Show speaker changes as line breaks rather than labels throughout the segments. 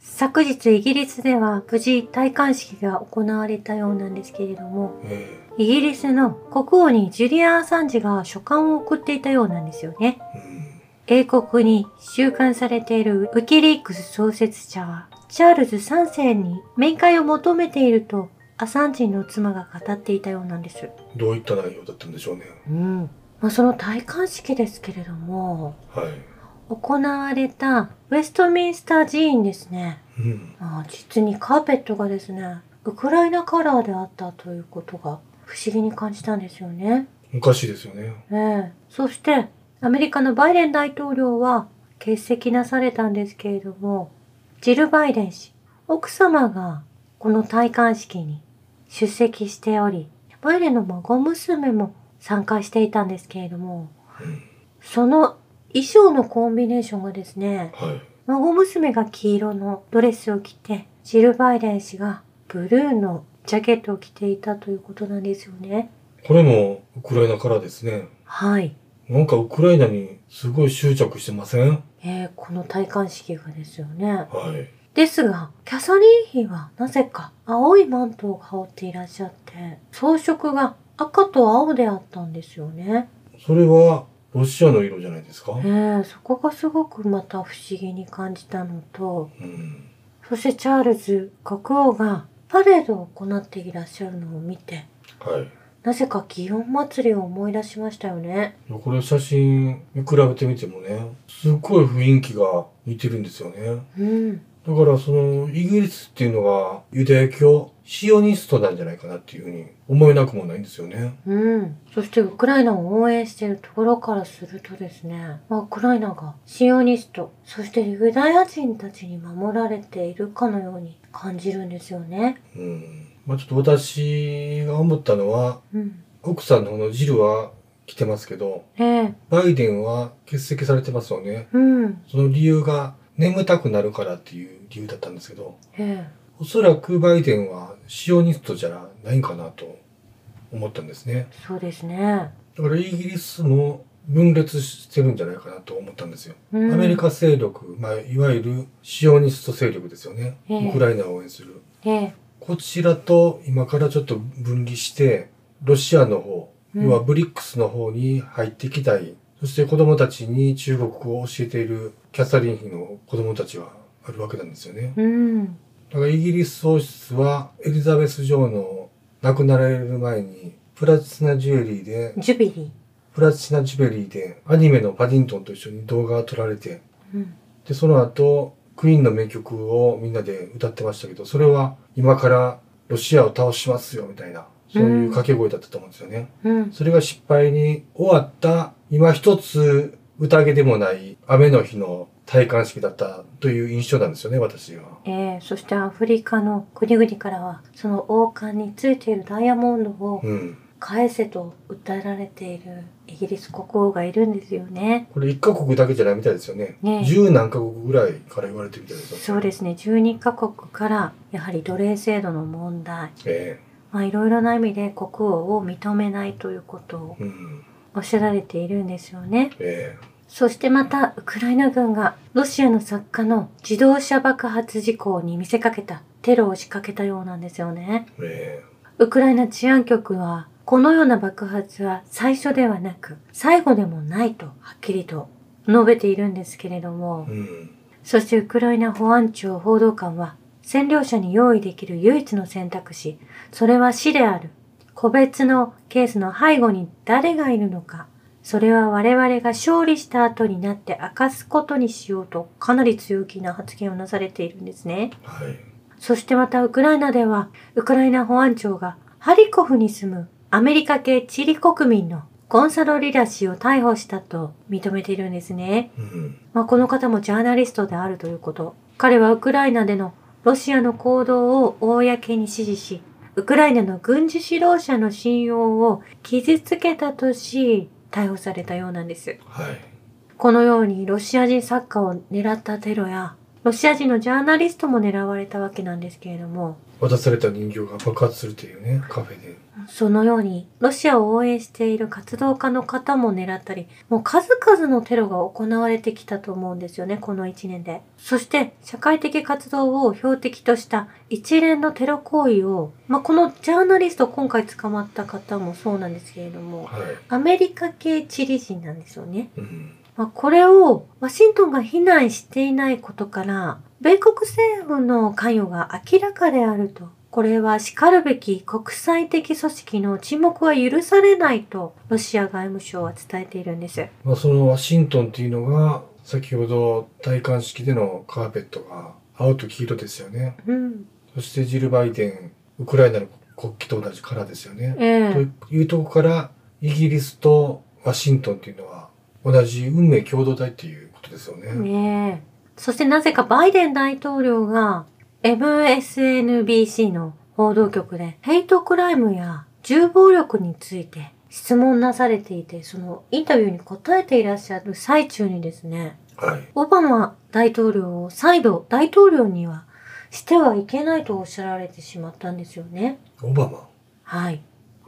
昨日イギリスでは無事戴冠式が行われたようなんですけれども、
え
イギリスの国王にジュリアン・アサンジが書簡を送っていたようなんですよね。
えうん
英国に収監されているウィキリークス創設者は、チャールズ3世に面会を求めていると、アサンジの妻が語っていたようなんです。
どういった内容だったんでしょうね。
うん。まあ、その戴冠式ですけれども、
はい。
行われたウェストミンスター寺院ですね。
うん。
まあ、実にカーペットがですね、ウクライナカラーであったということが不思議に感じたんですよね。
おかしいですよね。
ええ。そして、アメリカのバイデン大統領は欠席なされたんですけれども、ジル・バイデン氏、奥様がこの戴冠式に出席しており、バイデンの孫娘も参加していたんですけれども、その衣装のコンビネーションがですね、
はい。
孫娘が黄色のドレスを着て、ジル・バイデン氏がブルーのジャケットを着ていたということなんですよね。
これもウクライナからですね。
はい。
なんかウクライナにすごい執着してません
えー、この戴冠式がですよね。
はい。
ですが、キャサリン妃はなぜか青いマントを羽織っていらっしゃって、装飾が赤と青であったんですよね。
それはロシアの色じゃないですか
えー、そこがすごくまた不思議に感じたのと、
うん。
そしてチャールズ国王がパレードを行っていらっしゃるのを見て、
はい。
なぜか祇園祭りを思い出しましたよね。
これ写真見比べてみてもね、すっごい雰囲気が似てるんですよね。
うん。
だからそのイギリスっていうのがユダヤ教シオニストなんじゃないかなっていうふうに思えなくもないんですよね。
うん。そしてウクライナを応援しているところからするとですね、まあ、ウクライナがシオニスト、そしてユダヤ人たちに守られているかのように感じるんですよね。
うん。まあちょっと私が思ったのは、
うん。
奥さんのこのジルは来てますけど、
ええ
バイデンは欠席されてますよね。
うん。
その理由が眠たくなるからっていう理由だったんですけど、
え
おそらくバイデンはシオニストじゃないんかなと思ったんですね
え。そうですね。
だからイギリスも分裂してるんじゃないかなと思ったんですよ。
うん、
アメリカ勢力、まあ、いわゆるシオニスト勢力ですよね。
ええ
ウクライナを応援する。
ええ
こちらと今からちょっと分離して、ロシアの方、
うん
要はブリックスの方に入ってきたい。そして子供たちに中国語を教えているキャサリン妃の子供たちはあるわけなんですよね。
うん。
だからイギリス王室はエリザベス女王の亡くなられる前にプラチナジュエリーで、
ジュビリ
プラチナジュエリーでアニメのパディントンと一緒に動画が撮られて、
ー。うん。
で、その後、クイーンの名曲をみんなで歌ってましたけど、それは今からロシアを倒しますよみたいな、そういう掛け声だったと思うんですよね。
うん。
それが失敗に終わった、今一つ宴でもない雨の日の戴冠式だったという印象なんですよね、私は。
ええそしてアフリカの国々からは、その王冠についているダイヤモンドを
うん。
返せと訴えられているイギリス国王がいるんですよね。
これ一カ国だけじゃないみたいですよね。
ねえ
十何カ国ぐらいから言われてるみたいです
そうですね、12カ国からやはり奴隷制度の問題、
え
まあ、いろいろな意味で国王を認めないということを
えうん。
おっしゃられているんですよね。
え
そしてまた、ウクライナ軍がロシアの作家の自動車爆発事故に見せかけたテロを仕掛けたようなんですよね。
ええ
ウクライナ治安局は、このような爆発は最初ではなく、最後でもないとはっきりと述べているんですけれども、
えうん。
そしてウクライナ保安庁報道官は、占領者に用意できる唯一の選択肢、それは死である。個別のケースの背後に誰がいるのか、それは我々が勝利した後になって明かすことにしようと、かなり強気な発言をなされているんですね。
はい。
そしてまたウクライナでは、ウクライナ保安庁がハリコフに住むアメリカ系チリ国民のゴンサロ・リラ氏を逮捕したと認めているんですね。
うん。
まあ、この方もジャーナリストであるということ。彼はウクライナでのロシアの行動を公に支持し、ウクライナの軍事指導者の信用を傷つけたとし、逮捕されたようなんです。
はい。
このようにロシア人作家を狙ったテロや、ロシア人のジャーナリストも狙われたわけなんですけれども、
渡された人形が爆発するというね、カフェで。
そのようにロシアを応援している活動家の方も狙ったり、もう数々のテロが行われてきたと思うんですよね、この1年で。そして社会的活動を標的とした一連のテロ行為を、まあ、このジャーナリスト今回捕まった方もそうなんですけれども、
はい。
アメリカ系チリ人なんですよね。
うん。
まあ、これをワシントンが非難していないことから、米国政府の関与が明らかであると。これは叱るべき国際的組織の沈黙は許されないとロシア外務省は伝えているんです。
まあ、そのワシントンっていうのが、先ほど戴冠式でのカーペットが青と黄色ですよね。
うん。
そしてジル・バイデン、ウクライナの国旗と同じカラーですよね。
ええ
というとこから、イギリスとワシントンっていうのは、同じ運命共同体っていうことですよね。
ねえ。そしてなぜかバイデン大統領が MSNBC の報道局でヘイトクライムや銃暴力について質問なされていて、そのインタビューに答えていらっしゃる最中にですね、
はい。
オバマ大統領を再度大統領にはしてはいけないとおっしゃられてしまったんですよね。
オバマ、
はい。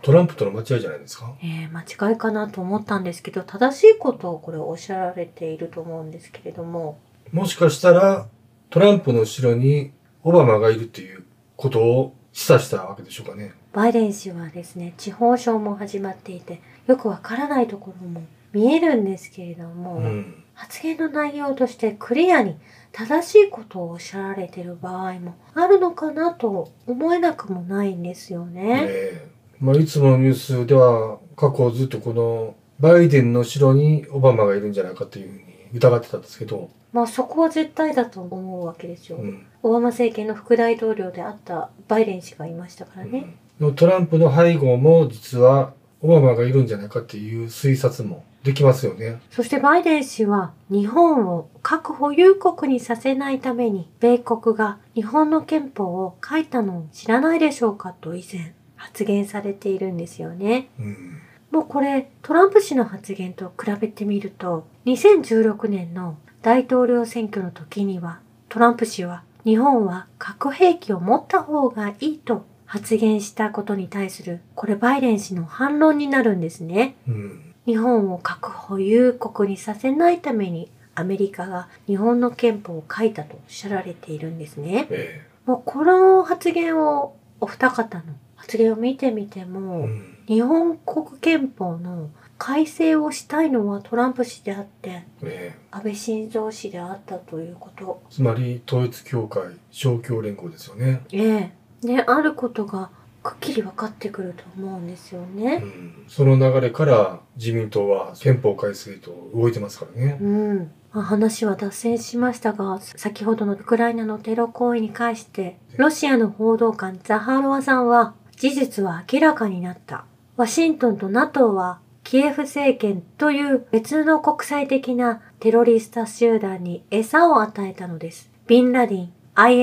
トランプとの間違いじゃないですか。
えー間違いかなと思ったんですけど、正しいことをこれおっしゃられていると思うんですけれども、
もしかしたら、トランプの後ろにオバマがいるっていうことを示唆したわけでしょうかね。
バイデン氏はですね、地方省も始まっていて、よくわからないところも見えるんですけれども、
うん。
発言の内容としてクリアに正しいことをおっしゃられている場合もあるのかなと思えなくもないんですよ
ね
ね。
えまあ、いつものニュースでは、過去ずっとこの、バイデンの後ろにオバマがいるんじゃないかというふうに疑ってたんですけど、
まあそこは絶対だと思うわけですよ。
うん。
オバマ政権の副大統領であったバイデン氏がいましたからね。
のトランプの背後も実はオバマがいるんじゃないかっていう推察もできますよね。
そしてバイデン氏は日本を核保有国にさせないために米国が日本の憲法を書いたのを知らないでしょうかと以前発言されているんですよね。
うん。
もうこれトランプ氏の発言と比べてみると2016年の大統領選挙の時にはトランプ氏は日本は核兵器を持った方がいいと発言したことに対するこれバイデン氏の反論になるんですね。
うん。
日本を核保有国にさせないためにアメリカが日本の憲法を書いたとおっしゃられているんですね。
え
もうこの発言をお二方の発言を見てみて
え
も、
うん。
日本国憲法の改正をしたいのはトランプ氏であって
ええ
安倍晋三氏であったということ。
つまり統一教会、勝共連合ですよね。
ええ。ね、あることがくっきり分かってくると思うんですよね。
うん。その流れから自民党は憲法改正と動いてますからね。
うん、まあ話は脱線しましたが先ほどのウクライナのテロ行為に関してロシアの報道官ザハロワさんは事実は明らかになったワシントンと NATO はキエフ政権という別の国際的なテロリスタ集団に餌を与えたのですビンラディン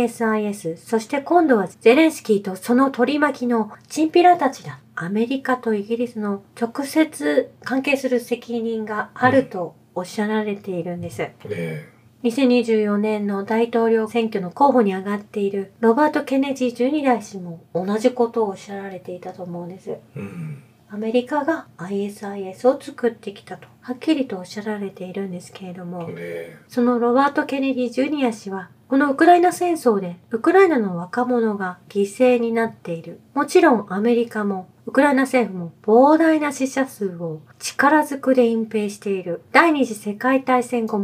ISIS そして今度はゼレンスキーとその取り巻きのチンピラたちだアメリカとイギリスの直接関係する責任があるとおっしゃられているんです。
え
2024年の大統領選挙の候補に上がっているロバート・ケネディ12代氏も同じことをおっしゃられていたと思うんです。
えうん。
アメリカが ISIS を作ってきたと、はっきりとおっしゃられているんですけれども、
え
そのロバート・ケネディ・ジュニア氏は、このウクライナ戦争でウクライナの若者が犠牲になっている。もちろんアメリカもウクライナ政府も膨大な死者数を力ずくで隠蔽している。第二次世界大戦後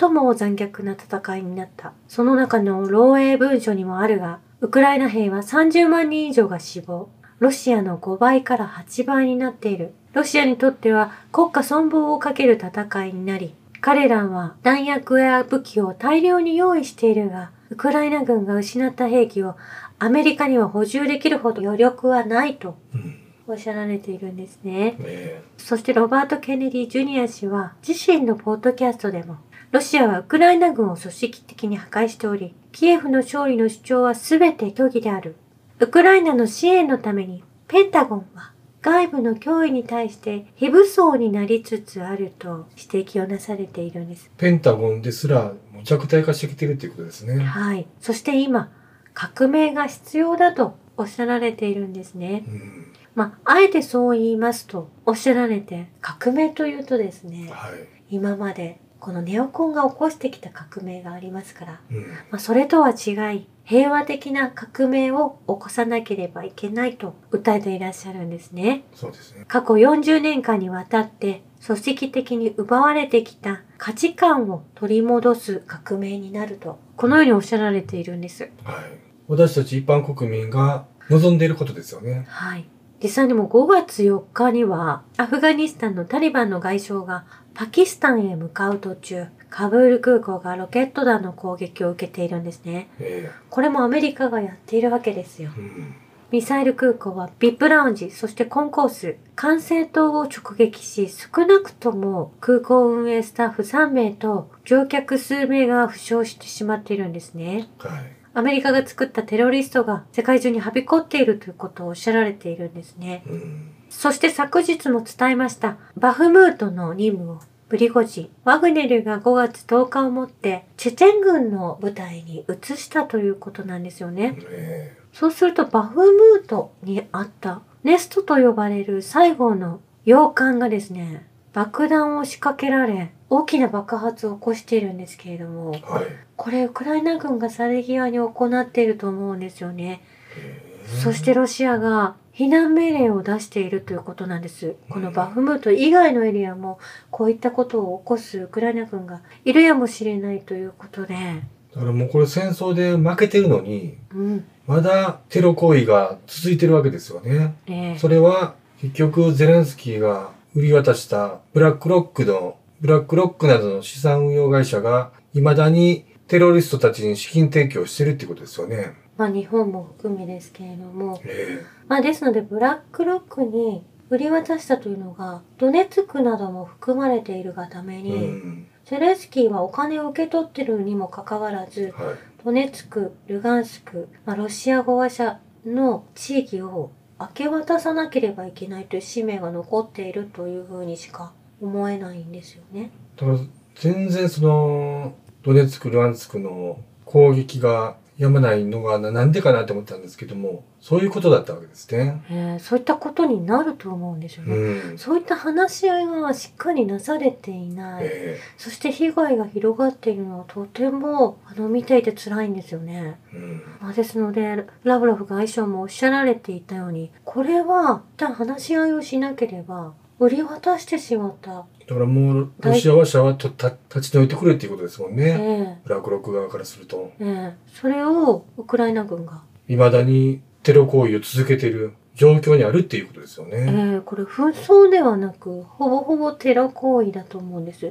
最も残虐な戦いになった。その中の漏洩文書にもあるが、ウクライナ兵は30万人以上が死亡。ロシアの5倍から8倍になっている。ロシアにとっては国家存亡をかける戦いになり、彼らは弾薬や武器を大量に用意しているが、ウクライナ軍が失った兵器をアメリカには補充できるほど余力はないと
えうん。
おっしゃられているんですね。
え
そしてロバート・ケネディ・ジュニア氏は自身のポッドキャストでもロシアはウクライナ軍を組織的に破壊しており、キエフの勝利の主張は全て虚偽である。ウクライナの支援のためにペンタゴンは外部の脅威に対して非武装になりつつあると指摘をなされているんです
え。ペンタゴンですらももう弱体化してきてるっていうことですね。
はい。そして今、革命が必要だとおっしゃられているんですね。
うん。
まあ、あえてそう言いますとおっしゃられて、革命というとですね、
はい。
今までこのネオコンが起こしてきた革命がありますから、
うん。
まあ、それとは違い、平和的な革命を起こさなければいけないと訴えていらっしゃるんですね。
そうですね。
過去40年間にわたって組織的に奪われてきた価値観を取り戻す革命になると、このようにおっしゃられているんです。
はい。私たち一般国民が望んでいることですよね。
はい。実際にもう5月4日には、アフガニスタンのタリバンの外相がパキスタンへ向かう途中、カブール空港がロケット弾の攻撃を受けているんですね。
え
これもアメリカがやっているわけですよ
え。うん。
ミサイル空港は VIP ラウンジ、そしてコンコース、管制塔を直撃し、少なくとも空港運営スタッフ3名と乗客数名が負傷してしまっているんですね。
はい。
アメリカが作ったテロリストが世界中にはびこっているということをおっしゃられているんですね。
うん。
そして昨日も伝えました、バフムートの任務を、プリゴジン、ワグネルが5月10日をもって、チェチェン軍の部隊に移したということなんですよね。
え
そうすると、バフムートにあった、ネストと呼ばれる最後の洋館がですね、爆弾を仕掛けられ、大きな爆発を起こしているんですけれども
え、はい。
これ、ウクライナ軍が去り際に行っていると思うんですよね。
ええ
そしてロシアが避難命令を出しているということなんです。このバフムート以外のエリアもこういったことを起こすウクライナ軍がいるやもしれないということで、
だからもうこれ戦争で負けてるのに、
うん、
まだテロ行為が続いてるわけですよね。
ええ
それは結局ゼレンスキーが売り渡したブラックロックの、ブラックロックなどの資産運用会社が未だにテロリストたちに資金提供してるってことですよね。
まあ日本も含めですけれども、
え
まあですのでブラックロックに売り渡したというのがドネツクなども含まれているがため
え
に、
うん。
ゼレンスキーはお金を受け取ってるにもかかわらず、
はい。
ドネツク、ルガンスク、まあ、ロシア語話者の地域を明け渡さなければいけないという使命が残っているというふうにしか思えないんですよね。
だから全然その、ドネツク、ルハンツクの攻撃がやまないのがななんでかなって思ったんですけども、そういうことだったわけですね。
えーそういったことになると思うんですよ
う
ね。
ん。
そういった話し合いがしっかりなされていない。
え
そして被害が広がっているのはとても、あの、見ていて辛いんですよね。
えうん。
まあ、ですのでラブロフ外相もおっしゃられていたようにこれは一旦話し合いをしなければ売り渡してしまった、
だからもう、ロシアはシャワーとた立ち退いてくれっていうことですもん
え
ね。
え
ブラックロック側からすると。
ええそれをウクライナ軍が、
未だにテロ行為を続けている状況にあるっていうことですよ
え
ね。
えこれ紛争ではなくほぼほぼテロ行為だと思うんです
う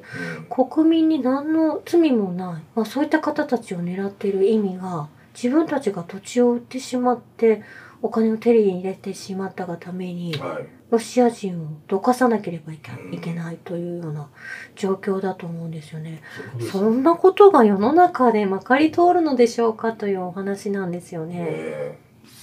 ん
国民に何の罪もない、まあ、そういった方たちを狙っている意味が自分たちが土地を売ってしまってお金を手に入れてしまったがために、
はい。
ロシア人をどかさなければいけ
うん
いけないというような状況だと思うんですよね。
そういうことです
そんなことが世の中でまかり通るのでしょうかというお話なんですよね。
え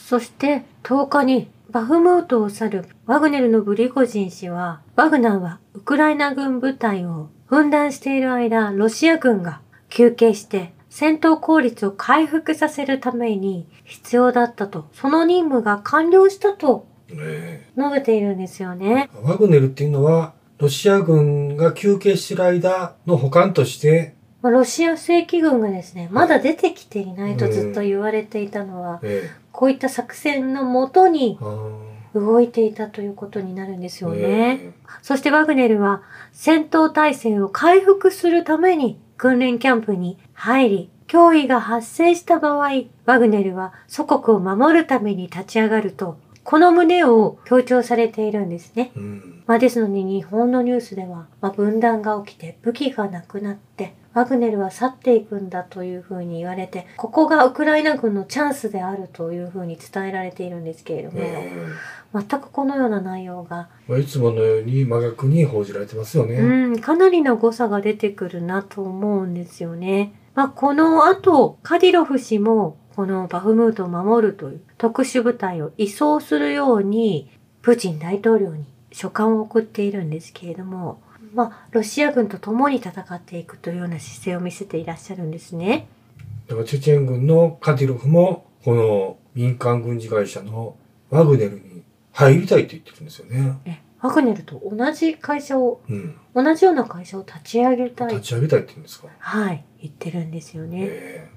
そして10日にバフムートを去るワグネルのブリゴジン氏は、ワグナーはウクライナ軍部隊を分断している間、ロシア軍が休憩して戦闘効率を回復させるために必要だったと、その任務が完了したと
ええ
述べているんですよね。
えワグネルっていうのは、ロシア軍が休憩してる間の補完として、
まあ、ロシア正規軍がですね、まだ出てきていないとずっと言われていたのは、
え
こういった作戦のもとに
えあ
動いていたということになるんですよ
ー
ね。
え
そしてワグネルは戦闘態勢を回復するために訓練キャンプに入り、脅威が発生した場合、ワグネルは祖国を守るために立ち上がると、この旨を強調されているんですね。
えうん。
まあ、ですので日本のニュースでは、まあ、分断が起きて武器がなくなってワグネルは去っていくんだというふうに言われてここがウクライナ軍のチャンスであるというふうに伝えられているんですけれども、
ええ
全くこのような内容が、
まあ、いつものように真逆に報じられてますよね。
うん、かなりの誤差が出てくるなと思うんですよね。まあ、この後カディロフ氏もこのバフムートを守るという特殊部隊を移送するようにプーチン大統領に書簡を送っているんですけれども、まあ、ロシア軍と共に戦っていくというような姿勢を見せていらっしゃるんですね。
だからチェチェン軍のカディロフも、この民間軍事会社のワグネルに入りたいって言ってるんですよね。
えワグネルと同じ会社を、
うん。
同じような会社を立ち上げた
立
い。
ち上げたいって言うんですか。
はい、言ってるんですよね。
え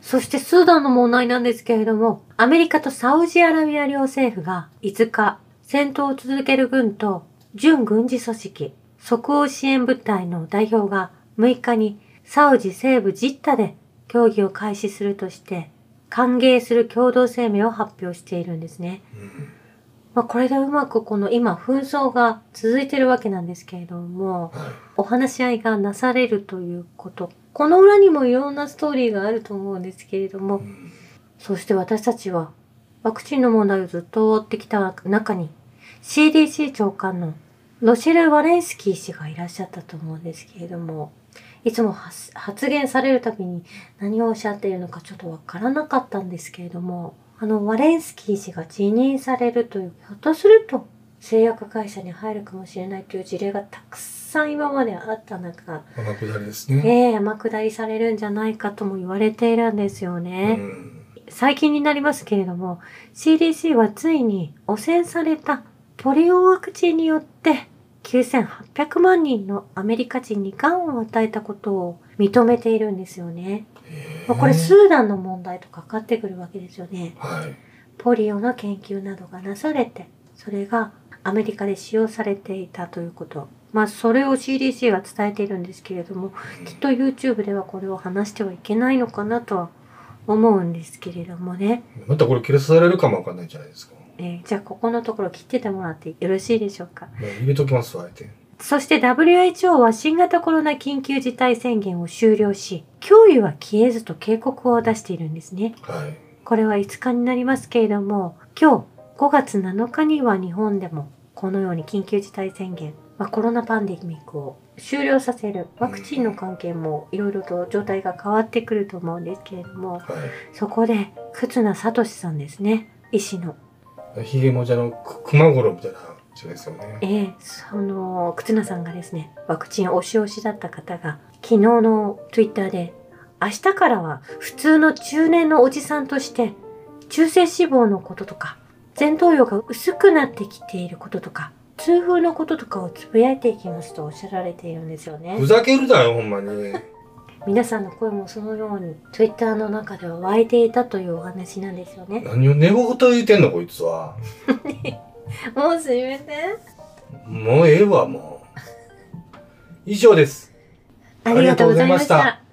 そしてスーダンの問題なんですけれども、アメリカとサウジアラビア両政府が5日、戦闘を続ける軍と準軍事組織、即応支援部隊の代表が6日にサウジ西部ジッタで協議を開始するとして、歓迎する共同声明を発表しているんですね。
えうん。
まあ、これでうまくこの今紛争が続いてるわけなんですけれども、
はい。
お話し合いがなされるということ。この裏にもいろんなストーリーがあると思うんですけれども
う、ん
そして私たちはワクチンの問題をずっと追ってきた中に CDC 長官のロシェル・ワレンスキー氏がいらっしゃったと思うんですけれどもいつも発発言されるたびに何をおっしゃっているのかちょっとわからなかったんですけれどもあのワレンスキー氏が辞任されるというひょっとすると製薬会社に入るかもしれないという事例がたくさん今まであった中、
天下りですね。
ええ天下りされるんじゃないかとも言われているんですよね。
うん。
最近になりますけれども CDC はついに汚染されたポリオワクチンによって9800万人のアメリカ人にがんを与えたことを認めているんですよね。
ええ
まあこれスーダンの問題とかかってくるわけですよね。
はい。
ポリオの研究などがなされてそれがアメリカで使用されていたということ。まあそれを CDC が伝えているんですけれどもきっと YouTube ではこれを話してはいけないのかなとは思うんですけれどもね。
またこれ切らされるかもわかんないじゃないですか。
えーじゃあここのところ切っててもらってよろしいでしょうか。
まあ入れときますわ、あえて。
そして WHO は新型コロナ緊急事態宣言を終了し、脅威は消えずと警告を出しているんですね。
はい。
これは5日になりますけれども、今日5月7日には日本でもこのように緊急事態宣言、まあ、コロナパンデミックを終了させるワクチンの関係もいろいろと状態が変わってくると思うんですけれども、
は
そこで、忽那聡さんですね、医師の
い。ひげもじゃのく熊五郎みたいな人ですよね。
ええその忽那さんがですねワクチン押し押しだった方が昨日のツイッターで明日からは普通の中年のおじさんとして中性脂肪のこととか前頭葉が薄くなってきていることとか痛風のこととかをつぶやいていきますとおっしゃられているんですよね
ふざけるだよ、ほんまに。
皆さんの声もそのようにツイッターの中では湧いていたというお話なんですよね
何を寝言言うてんの、こいつは。
もうすいません
もうええわ、もう。以上です。
ありがとうございまし
ありがとうございましたた